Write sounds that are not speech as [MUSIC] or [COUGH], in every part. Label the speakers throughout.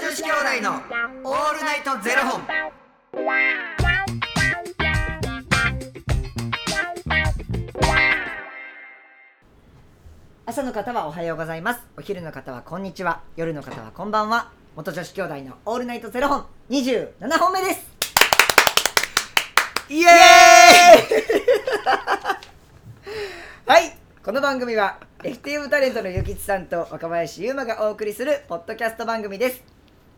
Speaker 1: 子兄弟のオールナイトゼロ本。朝の方はおはようございます。お昼の方はこんにちは。夜の方はこんばんは。元女子兄弟のオールナイトゼロ本二十七本目です。イエーイ [LAUGHS] はいこの番組は FTM タレントのゆきちさんと若林優馬がお送りするポッドキャスト番組です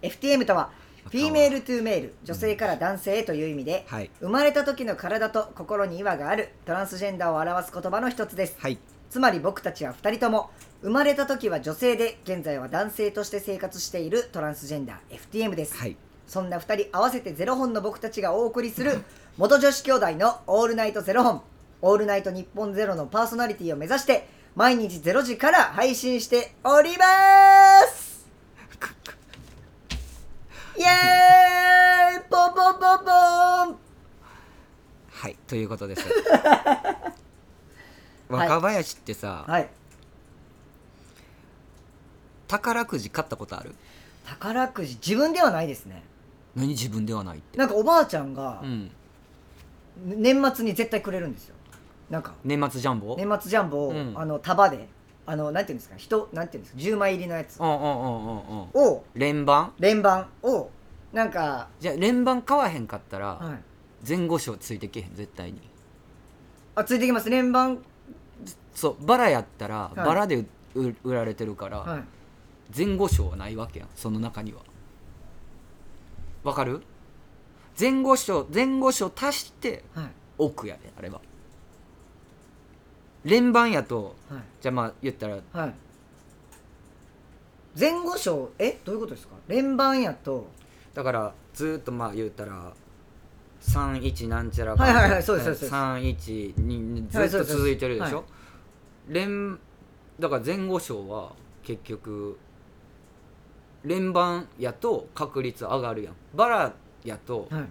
Speaker 1: FTM とはフィメールトゥーメール女性から男性へという意味で、
Speaker 2: はい
Speaker 1: 生まれた時の体と心に違和があるトランスジェンダーを表す言葉の一つです
Speaker 2: はい。
Speaker 1: つまり僕たちは2人とも生まれた時は女性で現在は男性として生活しているトランスジェンダー FTM です、
Speaker 2: はい。
Speaker 1: そんな2人合わせてゼロ本の僕たちがお送りす [LAUGHS] る元女子兄弟の「オールナイトゼロ本」「オールナイト日本ゼロのパーソナリティを目指して毎日ゼロ時から配信しておりますイエーイポンポンポンポン
Speaker 2: はい。というこ
Speaker 1: [LAUGHS]
Speaker 2: とです。
Speaker 1: はい
Speaker 2: 若林ってさ、
Speaker 1: はい
Speaker 2: 宝くじ買ったことある
Speaker 1: 宝くじ自分ではないですね
Speaker 2: 何自分ではないって。
Speaker 1: なんかおばあちゃんが
Speaker 2: うん。
Speaker 1: 年末に絶対くれるんですよなんか
Speaker 2: 年末ジャンボ
Speaker 1: 年末ジャンボを、
Speaker 2: うん
Speaker 1: あの束であのなんていうんですか人なんていうんですか10枚入りのやつ
Speaker 2: うんうんうんうんうん。
Speaker 1: を
Speaker 2: 連番
Speaker 1: 連番をなんか、
Speaker 2: じゃあ連番買わへんかったら、
Speaker 1: はい、
Speaker 2: 前後賞ついてけへん、絶対に。
Speaker 1: あついてきます連番
Speaker 2: そう、バラやったら、
Speaker 1: い
Speaker 2: バラで売売られてるから、
Speaker 1: はい
Speaker 2: 前後賞はないわけやん、その中には。わかる前後賞、前後賞足して、
Speaker 1: はい
Speaker 2: 奥やであれは連番やと
Speaker 1: はい
Speaker 2: じゃあまあ言ったら
Speaker 1: はい前後賞えどういうことですか連番やと
Speaker 2: だからずーっとまあ言ったら31なんちゃら
Speaker 1: はいはいはいそうですそうです
Speaker 2: 31にず
Speaker 1: は
Speaker 2: っ
Speaker 1: いそう
Speaker 2: と
Speaker 1: です
Speaker 2: 続いてるでしょ、
Speaker 1: は
Speaker 2: 連だから前後賞は結局連番やと確率上がるやんバラやと
Speaker 1: はい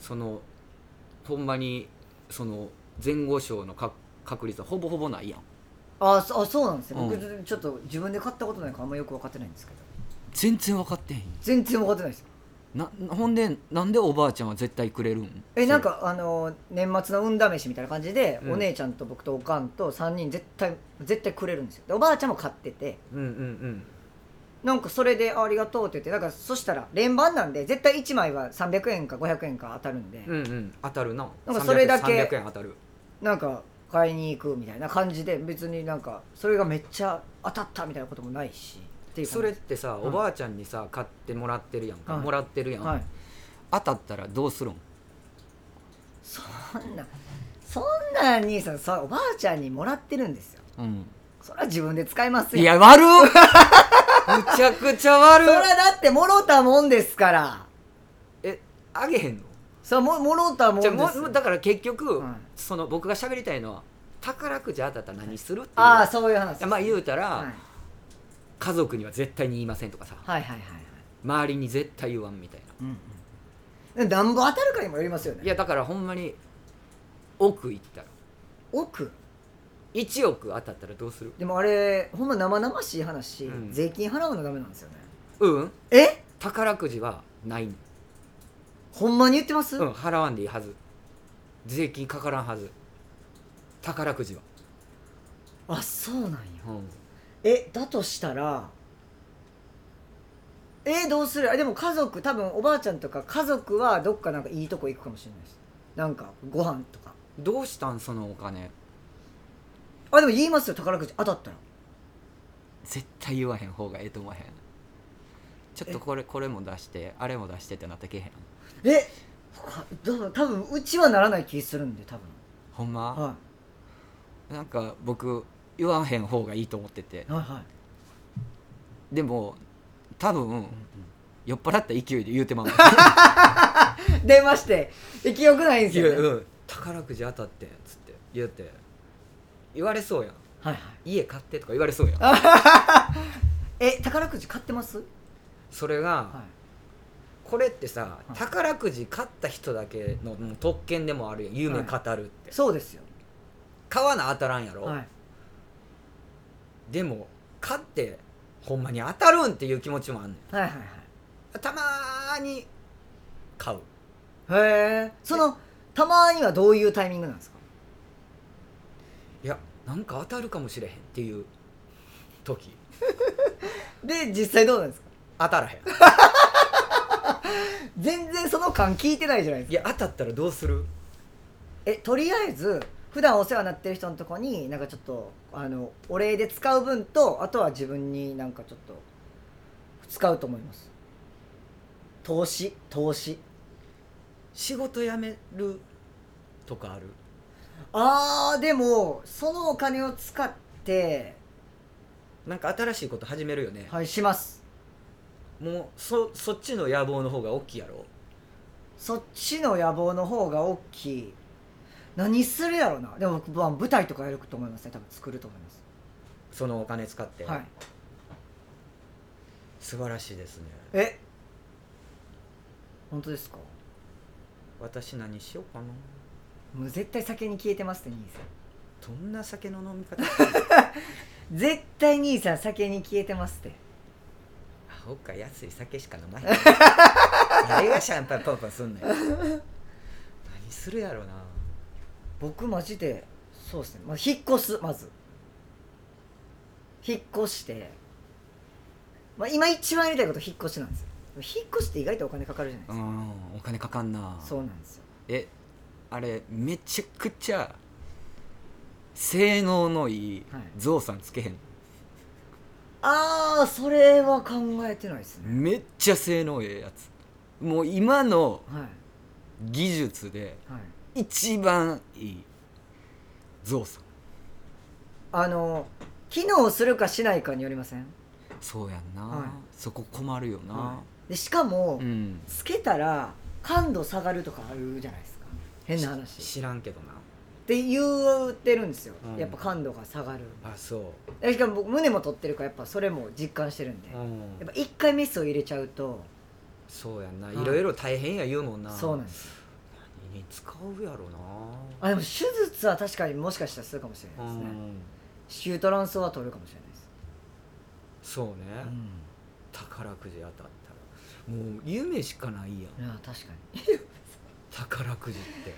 Speaker 2: そのほんまにその前後賞の確確率はほぼほぼないやん
Speaker 1: あそあそうなんですね、僕
Speaker 2: う
Speaker 1: ちょっと自分で買ったことないからあんまよく分かってないんですけど
Speaker 2: 全然分かってへん
Speaker 1: 全然分かってないです
Speaker 2: なほんでなんでおばあちゃんは絶対くれるん
Speaker 1: えなんかあの年末の運試しみたいな感じで、
Speaker 2: うん
Speaker 1: お姉ちゃんと僕とおかんと3人絶対絶対くれるんですよでおばあちゃんも買ってて
Speaker 2: うんうんうん
Speaker 1: なんかそれであありがとうって言ってだからそしたら連番なんで絶対1枚は300円か500円か当たるんで、
Speaker 2: うんうん当たるな
Speaker 1: なんかそれだけ
Speaker 2: 300円当たる
Speaker 1: なんか買いに行くみたいな感じで別になんかそれがめっちゃ当たったみたいなこともないしっていう感
Speaker 2: そ
Speaker 1: じ
Speaker 2: れってさ
Speaker 1: うん
Speaker 2: おばあちゃんにさ買ってもらってるやんか、
Speaker 1: はい
Speaker 2: もらってるやん、
Speaker 1: はい
Speaker 2: 当たったらどうするん
Speaker 1: そんなそんな兄さんそおばあちゃんにもらってるんですよ
Speaker 2: うん
Speaker 1: それは自分で使いますよ
Speaker 2: いや悪っむちゃくちゃ悪
Speaker 1: そ
Speaker 2: っ
Speaker 1: れはだってもろたもんですから
Speaker 2: えあげへんの
Speaker 1: それはももろたもん
Speaker 2: じ
Speaker 1: で
Speaker 2: ゃあ
Speaker 1: す
Speaker 2: もうだから結局、
Speaker 1: はい
Speaker 2: その僕が喋りたいのは宝くじ当たったら何するっていう
Speaker 1: ああそういう話です
Speaker 2: まあ言うたら、
Speaker 1: はい、
Speaker 2: 家族には絶対に言いませんとかさ
Speaker 1: はいはいはいはい
Speaker 2: 周りに絶対言わんみたいな
Speaker 1: うんうんなんぼ当たるかにもよりますよね
Speaker 2: いやだからほんまに億いったら
Speaker 1: 奥
Speaker 2: 1億当たったらどうする
Speaker 1: でもあれほんま生々しい話、
Speaker 2: うん
Speaker 1: 税金払うのダメなんですよね
Speaker 2: うん
Speaker 1: え
Speaker 2: 宝くじはないの
Speaker 1: ほんまに言ってます、
Speaker 2: うん払わんでいいはず税金かからんはず宝くじは、
Speaker 1: あそうなんや
Speaker 2: うん、
Speaker 1: えだとしたらえどうするあでも家族多分おばあちゃんとか家族はどっかなんかいいとこ行くかもしれないですなんかご飯とか
Speaker 2: どうしたんそのお金
Speaker 1: あでも言いますよ宝くじ当たったら
Speaker 2: 絶対言わへん方がええと思わへんちょっとこれこれも出してあれも出してってなってけへん
Speaker 1: えあどう多分うちはならない気するんで多分
Speaker 2: ほんま
Speaker 1: は
Speaker 2: なんか僕言わへん方がいいと思ってて
Speaker 1: いはいはい
Speaker 2: でも多分酔っ払った勢いで言うてまう
Speaker 1: 出まして記憶ないんです
Speaker 2: いや
Speaker 1: よ、ね、
Speaker 2: うん宝くじ当たってんっつって言って言われそうやん
Speaker 1: はいはい
Speaker 2: 家買ってとか言われそうやん
Speaker 1: [LAUGHS] え宝くじ買ってます
Speaker 2: それが、
Speaker 1: は
Speaker 2: これってさ
Speaker 1: い
Speaker 2: 宝くじ買った人だけのもう特権でもあるやん夢語るって、
Speaker 1: いそうですよ
Speaker 2: 買わな当たらんやろ、
Speaker 1: はい
Speaker 2: でも買ってほんまに当たるんっていう気持ちもあんねん
Speaker 1: はいはいはい
Speaker 2: たまーに買う
Speaker 1: へえそのたまにはどういうタイミングなんですか
Speaker 2: いやなんか当たるかもしれへんっていう時
Speaker 1: で実際どうなんですか
Speaker 2: 当たらへん
Speaker 1: 全然その感聞いてないじゃないです
Speaker 2: い
Speaker 1: か
Speaker 2: や当たったらどうする
Speaker 1: えとりあえず普段お世話になってる人のとこになんかちょっとあのお礼で使う分とあとは自分になんかちょっと使うと思います投資投資
Speaker 2: 仕事辞めるとかある
Speaker 1: あーでもそのお金を使って
Speaker 2: なんか新しいこと始めるよね、
Speaker 1: はいします
Speaker 2: もうそそっちの野望の方が大きいやろ
Speaker 1: そっちの野望の方が大きい何するやろなでも僕は舞台とかやると思いますね多分作ると思います
Speaker 2: そのお金使って、
Speaker 1: はい
Speaker 2: 素晴らしいですね
Speaker 1: え本当ですか
Speaker 2: 私何しようかな
Speaker 1: もう絶対酒に消えてますね兄さん
Speaker 2: どんな酒の飲
Speaker 1: [LAUGHS]
Speaker 2: み方
Speaker 1: 絶対兄さん酒に消えてますって
Speaker 2: ほか安い酒しか飲
Speaker 1: [LAUGHS]
Speaker 2: まへん誰がシャンパンパンパンすんのよ何するやろな
Speaker 1: 僕マジでそうですね、まあ、引っ越すまず引っ越して、まあ、今一番やりたいこと引っ越しなんですよでも引っ越しって意外とお金かかるじゃないで
Speaker 2: う
Speaker 1: すか、
Speaker 2: んお金かかんな
Speaker 1: そうなんですよ
Speaker 2: えあれめちゃくちゃ性能のいい
Speaker 1: はい
Speaker 2: ゾウさんつけへん、
Speaker 1: ああそれは考えてないですね、
Speaker 2: めっちゃ性能ええやつもう今の
Speaker 1: はい
Speaker 2: 技術で
Speaker 1: はい
Speaker 2: 一番いいゾウさん
Speaker 1: あの機能するかしないかによりません、
Speaker 2: そうやんな、
Speaker 1: はい
Speaker 2: そこ困るよな、
Speaker 1: でしかも、
Speaker 2: うん
Speaker 1: つけたら感度下がるとかあるじゃないですか変な話っ
Speaker 2: 知らんけどな
Speaker 1: て言ってるんですよ、
Speaker 2: うん
Speaker 1: やっぱ感度が下がる
Speaker 2: あそ
Speaker 1: でしかも僕胸も取ってるからやっぱそれも実感してるんで、
Speaker 2: う、うん
Speaker 1: やっぱ一回メスを入れちゃうと
Speaker 2: そうやんな、
Speaker 1: はい
Speaker 2: い、ろいろ大変や言うもんな
Speaker 1: そうなんです
Speaker 2: 何に使うやろな
Speaker 1: あでも手術は確かにもしかしたらするかもしれないですね
Speaker 2: ん
Speaker 1: 子宮トランスは取るかもしれないです、
Speaker 2: そうね、宝くじ当たったらもう夢しかないやん
Speaker 1: うん、いや確かに
Speaker 2: 宝くじって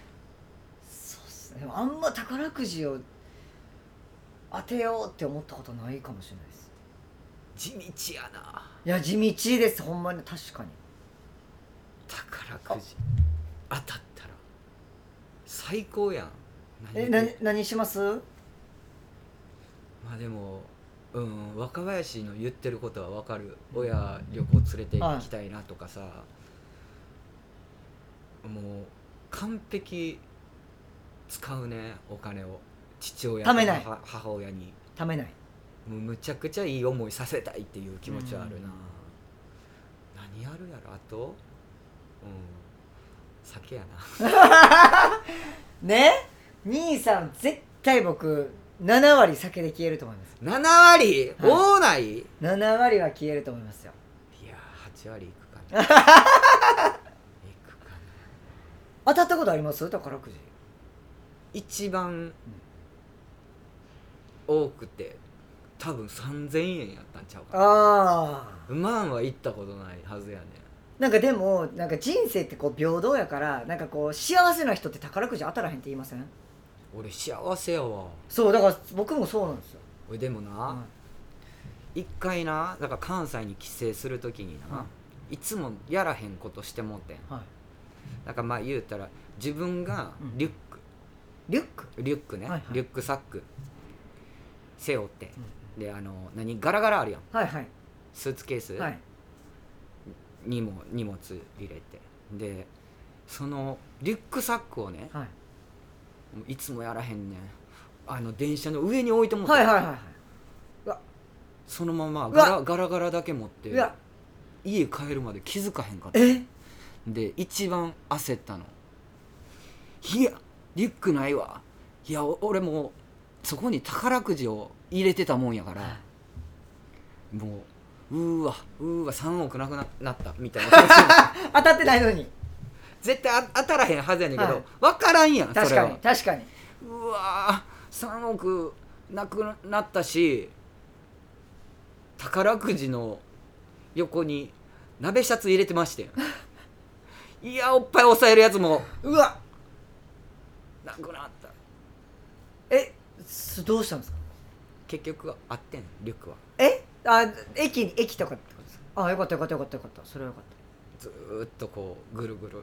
Speaker 1: そうっすねでもあんま宝くじを当てようって思ったことないかもしれないです
Speaker 2: 地道やない
Speaker 1: や地道ですほんまに確かに
Speaker 2: 宝くじ当たったら最高やん
Speaker 1: え
Speaker 2: 何
Speaker 1: な何します
Speaker 2: まあでもうん若林の言ってることは分かる親旅行連れて行きたいなとかさ、もう完璧使うねお金を父親
Speaker 1: ためない
Speaker 2: 母母親に
Speaker 1: ためない
Speaker 2: もうむちゃくちゃいい思いさせたいっていう気持ちはあるな、
Speaker 1: うん
Speaker 2: 何やるやろあとうん酒やな
Speaker 1: ね兄さん絶対僕7割酒で消えると思います
Speaker 2: 7割
Speaker 1: はい
Speaker 2: 多ない、い
Speaker 1: 7割は消えると思いますよ
Speaker 2: や8割いくか
Speaker 1: [LAUGHS]
Speaker 2: ないくかな
Speaker 1: 当たったことあります宝くじ
Speaker 2: 一番多くて多分3000円やったんちゃうかな
Speaker 1: ああ
Speaker 2: 万は行ったことないはずやね
Speaker 1: なんかでもなんか人生ってこう平等やからなんかこう幸せな人って宝くじ当たらへんって言いません
Speaker 2: 俺幸せやわ
Speaker 1: そうだから僕もそうなんですよ
Speaker 2: 俺でもな、一回なだから関西に帰省するときにな、
Speaker 1: はい
Speaker 2: つもやらへんことしてもうてん
Speaker 1: はい、
Speaker 2: だからまあ言うたら自分が
Speaker 1: うん
Speaker 2: リュック、
Speaker 1: リュック、
Speaker 2: リュックね、
Speaker 1: はいはい
Speaker 2: リュックサック背負って、であの何ガラガラあるやん
Speaker 1: はいはい
Speaker 2: スーツケース、
Speaker 1: はい
Speaker 2: にも荷物入れてでそのリュックサックをね
Speaker 1: はい
Speaker 2: いつもやらへんねんあの電車の上に置いてもって
Speaker 1: はいはいはいは
Speaker 2: そのまま
Speaker 1: う
Speaker 2: ガ
Speaker 1: わ
Speaker 2: ラガラガラだけ持って
Speaker 1: いいや
Speaker 2: 家帰るまで気づかへんかった
Speaker 1: え [LAUGHS]
Speaker 2: で一番焦ったのいやリュックないわいやお俺もうそこに宝くじを入れてたもんやから、
Speaker 1: は
Speaker 2: もううーわうーわ3億なくななったみたいな [LAUGHS] 感じ
Speaker 1: 当たってないのに
Speaker 2: 絶対あ当たらへんはずやねんけど、
Speaker 1: はい
Speaker 2: 分からんやんそれは
Speaker 1: 確かに確かに
Speaker 2: うわー3億なくなったし宝くじの横に鍋シャツ入れてまして
Speaker 1: [LAUGHS]
Speaker 2: んいやおっぱい押さえるやつも
Speaker 1: うわ
Speaker 2: なくなった
Speaker 1: えすどうしたんですか
Speaker 2: 結局あってんリュックは
Speaker 1: えあ駅に駅とかってことですかあよかったよかったよかったよかったそれはよかった
Speaker 2: ずーっとこうぐるぐる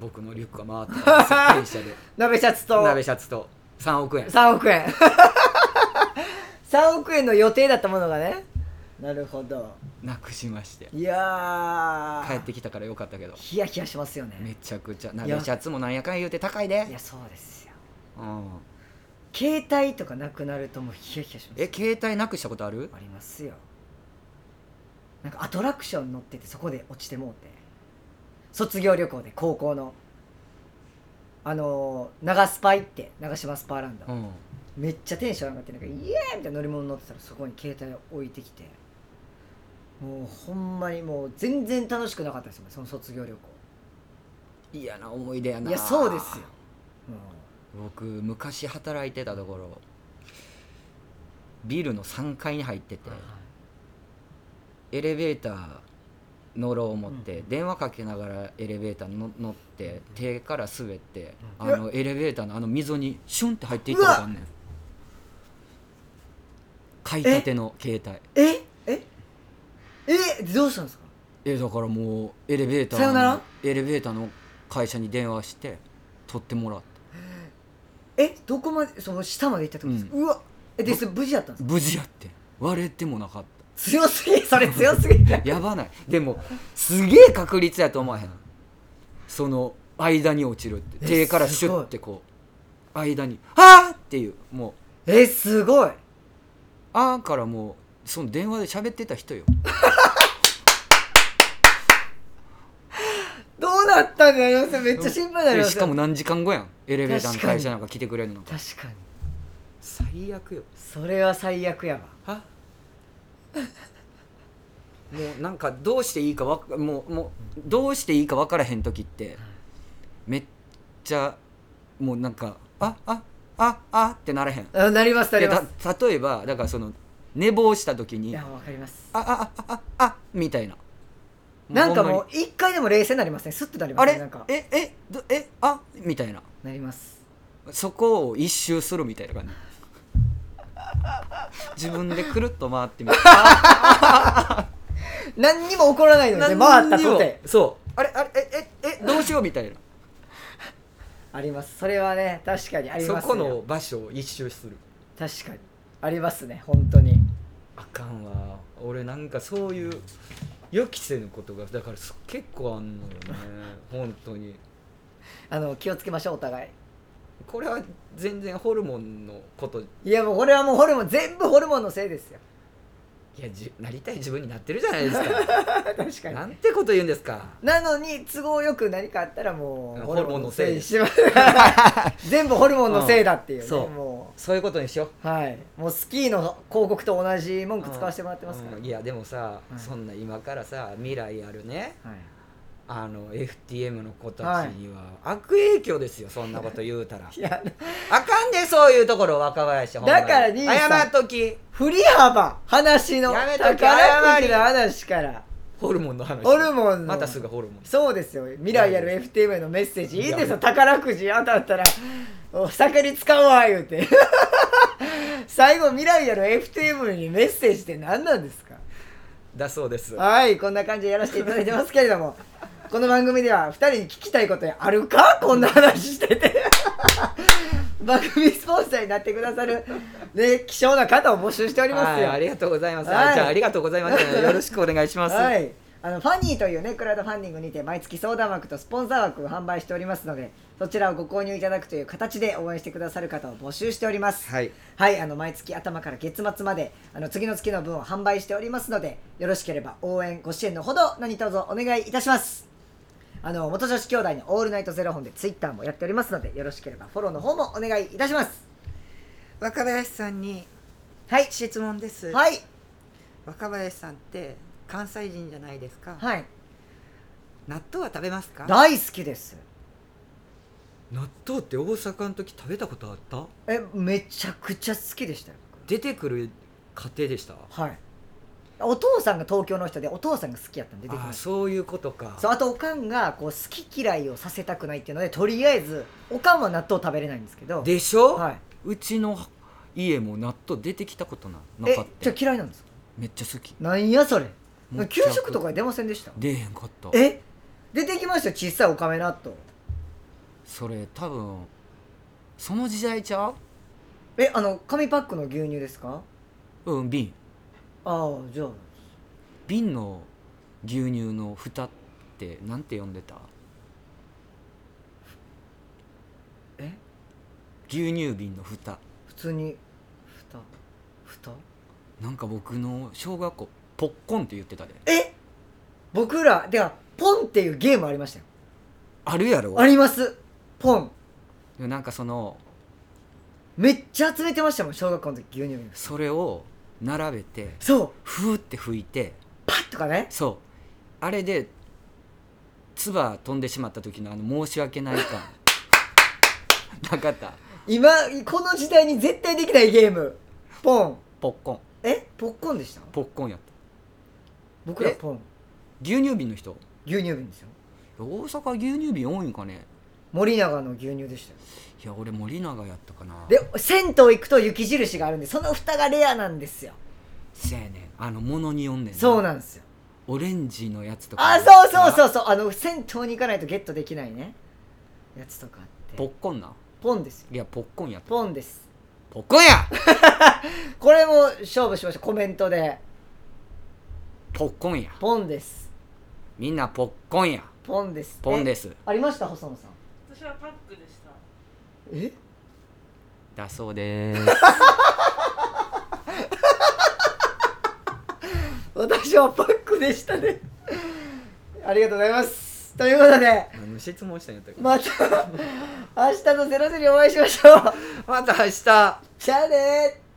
Speaker 2: 僕のリュックが回ってたんで
Speaker 1: [LAUGHS]
Speaker 2: すよ電車で
Speaker 1: 鍋シャツと
Speaker 2: 鍋シャツと3億円
Speaker 1: 3億円 [LAUGHS] 3億円の予定だったものがねなるほど
Speaker 2: なくしまして
Speaker 1: いやー
Speaker 2: 帰ってきたからよかったけど
Speaker 1: ヒヤヒヤしますよね
Speaker 2: めちゃくちゃ鍋シャツもなんやかんや言うて高いで
Speaker 1: いやそうですよ
Speaker 2: うん
Speaker 1: 携帯とかなくなるともうヒヤヒヤします
Speaker 2: え携帯なくしたことある
Speaker 1: ありますよなんかアトラクション乗っててそこで落ちてもうて卒業旅行で高校のあのー、長スパ行って長島スパーランド、
Speaker 2: うん
Speaker 1: めっちゃテンション上がってなんかイエーイみたいな乗り物乗ってたらそこに携帯を置いてきてもうほんまにもう全然楽しくなかったですもんその卒業旅行
Speaker 2: 嫌な思い出やない
Speaker 1: いやそうですよ、
Speaker 2: 僕昔働いてたところビルの3階に入っててエレベーター乗ろう思って、電話かけながらエレベーターの乗って手から滑って、
Speaker 1: うん
Speaker 2: あのエレベーターのあの溝にシュンって入っていったことあんねん買いたての携帯
Speaker 1: うん、えええどうしたんですか
Speaker 2: えだからもうエレベータ
Speaker 1: さよな
Speaker 2: ー
Speaker 1: ら
Speaker 2: のエレベーターの会社に電話して取ってもらって
Speaker 1: えどこまでその下まで行ったってことですか、うわえでそれ無事だったんですか
Speaker 2: 無事やってん割れてもなかった
Speaker 1: 強すぎそれ強すぎ
Speaker 2: [LAUGHS] やばないでもすげえ確率やと思わへんその間に落ちるって
Speaker 1: え
Speaker 2: 手から
Speaker 1: す
Speaker 2: シ
Speaker 1: ごい
Speaker 2: ュッてこう間に「あーっていうもう
Speaker 1: えすごい
Speaker 2: 「あー」からもうその電話で喋ってた人よ
Speaker 1: どうなったんだよめっちゃ心配になり
Speaker 2: で
Speaker 1: ます
Speaker 2: しか
Speaker 1: よ
Speaker 2: も何時間後やんエレベーターの
Speaker 1: 確かに
Speaker 2: 会社なんか来てくれるの
Speaker 1: 確かに
Speaker 2: 最悪よ
Speaker 1: それは最悪やわ
Speaker 2: は [LAUGHS] もうなんかどうしていいかわかもうもうどうしていいか分からへん時ってめっちゃもうなんか「ああああってならへん
Speaker 1: あなりますなります
Speaker 2: いやた例えばだからその寝坊した時
Speaker 1: い
Speaker 2: に
Speaker 1: や
Speaker 2: あ
Speaker 1: わかります
Speaker 2: ああああみたいな
Speaker 1: なんかも
Speaker 2: う
Speaker 1: う一回でも冷静になりますねスッとなり
Speaker 2: ほ
Speaker 1: ま
Speaker 2: ん
Speaker 1: す
Speaker 2: ま
Speaker 1: ね
Speaker 2: に
Speaker 1: なんか
Speaker 2: あれええどえあみたいな
Speaker 1: なります
Speaker 2: そこを一周するみたいな感じ自分でくるっと回ってみる
Speaker 1: 何にも起こらないので回ったとて
Speaker 2: そうあれあれえええどうしようみたいな
Speaker 1: ありますそれはね確 [LAUGHS] かにあり
Speaker 2: そ
Speaker 1: ますよ
Speaker 2: この場所を一周する
Speaker 1: 確かにありますね本当に
Speaker 2: あかんわ俺なんかそういう予期せぬことがだからす結構あん
Speaker 1: [LAUGHS]
Speaker 2: のよね本当に
Speaker 1: あの気をつけましょうお互い
Speaker 2: これは全然ホルモンのことい
Speaker 1: いやもうこれはもうホルモン全部ホルモンのせいですよ [LAUGHS]
Speaker 2: やじなりたい自分になってるじゃないですか
Speaker 1: 確かに
Speaker 2: なんてこと言うんですか
Speaker 1: なのに都合よく何かあったらもう
Speaker 2: ホルモンのせい
Speaker 1: にします [LAUGHS] 全部ホルモンのせいだっていうね、
Speaker 2: うんそう
Speaker 1: も
Speaker 2: そういうことにしよ
Speaker 1: う
Speaker 2: う
Speaker 1: はいもうスキーの広告と同じ文句使わせてもらってますから、
Speaker 2: うんいやでもさ、
Speaker 1: はい
Speaker 2: そんな今からさ未来あるね
Speaker 1: はい、
Speaker 2: あの FTM の子たちには悪影響ですよ、そんなこと言うたら
Speaker 1: いや
Speaker 2: あかんでそういうところ若林ほんまに
Speaker 1: だから兄さん
Speaker 2: 謝っとき
Speaker 1: 振り幅話の
Speaker 2: やめとけ
Speaker 1: 宝
Speaker 2: 謝
Speaker 1: く
Speaker 2: り
Speaker 1: じの話から
Speaker 2: ホルモンの話
Speaker 1: ホルモンの
Speaker 2: またすぐホルモン
Speaker 1: そうですよ未来やる FTM へのメッセージいいです
Speaker 2: いや
Speaker 1: よ宝くじ当たったらお酒に使うわ言うて [LAUGHS] 最後未来やる FTM にメッセージって何なんですか
Speaker 2: だそうです
Speaker 1: はい、こんな感じでやらせていただいてますけれど
Speaker 2: [LAUGHS]
Speaker 1: も、この番組では2人に聞きたいことやあるかこんな話してて。 [LAUGHS] 番組スポンサーになってくださる、ね、希少な方を募集しておりますよ。
Speaker 2: はいありがとうございます、あ
Speaker 1: はい
Speaker 2: じゃあありがとうござ
Speaker 1: [LAUGHS]
Speaker 2: いますよろしくお願いします、
Speaker 1: はい、あのファニーというねクラウドファンディングにて毎月相談枠とスポンサー枠を販売しておりますのでそちらをご購入いただくという形で応援してくださる方を募集しております
Speaker 2: はい、
Speaker 1: はい、あの毎月頭から月末まであの次の月の分を販売しておりますのでよろしければ応援ご支援のほど何卒お願いいたしますあの元女子兄弟の「オールナイトゼロ本」でツイッターもやっておりますのでよろしければフォローの方もお願いいたします
Speaker 3: 若林さんに
Speaker 1: はい
Speaker 3: 質問です、
Speaker 1: はい
Speaker 3: 若林さんって関西人じゃないですか、
Speaker 1: はい
Speaker 3: 納豆は食べますか
Speaker 1: 大好きです
Speaker 2: 納豆って大阪の時食べたことあった
Speaker 1: えめちゃくちゃ好きでしたよ
Speaker 2: 出てくる家庭でした
Speaker 1: はいお父さんが東京の人でお父さんが好きやったんで出てき
Speaker 2: あ
Speaker 1: ま
Speaker 2: ー
Speaker 1: し
Speaker 2: そういうことか
Speaker 1: たそうあとおかんがこう好き嫌いをさせたくないっていうのでとりあえずおかんは納豆食べれないんですけど
Speaker 2: でしょ、
Speaker 1: はいう
Speaker 2: ちの家も納豆出てきたことなな
Speaker 1: え
Speaker 2: かっ
Speaker 1: じ
Speaker 2: た
Speaker 1: ゃあ嫌いなんですか
Speaker 2: めっちゃ好き
Speaker 1: なんやそれ
Speaker 2: もう
Speaker 1: 給食とかに出ませんでした
Speaker 2: 出えへんかった
Speaker 1: え出てきましたよ小さいおかめ納豆
Speaker 2: それ多分その時代ちゃ
Speaker 1: えあの紙パックの牛乳ですか
Speaker 2: ううん瓶
Speaker 1: ああじゃあ
Speaker 2: 瓶の牛乳の蓋ってなんて呼んでた
Speaker 1: え
Speaker 2: 牛乳瓶の蓋
Speaker 1: 普通に蓋蓋
Speaker 2: なんか僕の小学校ポッコンって言ってたで
Speaker 1: え僕らではポンっていうゲームありましたよ
Speaker 2: あるやろ
Speaker 1: ありますポン
Speaker 2: でもなんかその
Speaker 1: めっちゃ集めてましたもん小学校の時牛乳瓶
Speaker 2: それを並べて
Speaker 1: そう
Speaker 2: ふーって吹いて
Speaker 1: パッとかね
Speaker 2: そうあれで唾飛んでしまった時のあの申し訳ない感なかった
Speaker 1: 今この時代に絶対できないゲームポン
Speaker 2: ポッコン
Speaker 1: えポッコンでした
Speaker 2: ポッコンやった
Speaker 1: 僕ら
Speaker 2: え
Speaker 1: ポン
Speaker 2: 牛乳瓶の人
Speaker 1: 牛乳瓶ですよ
Speaker 2: 大阪牛乳瓶多いんかね
Speaker 1: 森永の牛乳でしたよ
Speaker 2: いや俺森永やったかな
Speaker 1: で銭湯行くと雪印があるんでその蓋がレアなんですよ
Speaker 2: せやねんあの物に読んでんな
Speaker 1: そうなんですよ
Speaker 2: オレンジのやつとか
Speaker 1: あそうそう
Speaker 2: う
Speaker 1: そうそうあの銭湯に行かないとゲットできないねやつとかあって
Speaker 2: ポ
Speaker 1: ポ
Speaker 2: ッコンな
Speaker 1: ンですよ
Speaker 2: いやポッコンやった
Speaker 1: ポンです
Speaker 2: ポッコンや
Speaker 1: これも勝負しましたコメントで
Speaker 2: ポッコンや
Speaker 1: ポンです
Speaker 2: みんなポッコンや
Speaker 1: ポンです
Speaker 2: ポンですす
Speaker 1: ありました細野さん
Speaker 4: 私はパックでした。
Speaker 1: え
Speaker 2: だそうです
Speaker 1: 私はパックでしたねありがとうございますということで
Speaker 2: 何の質問したんやったっけ
Speaker 1: また明日のゼロゼロにお会いしましょう
Speaker 2: また明日
Speaker 1: じゃあねー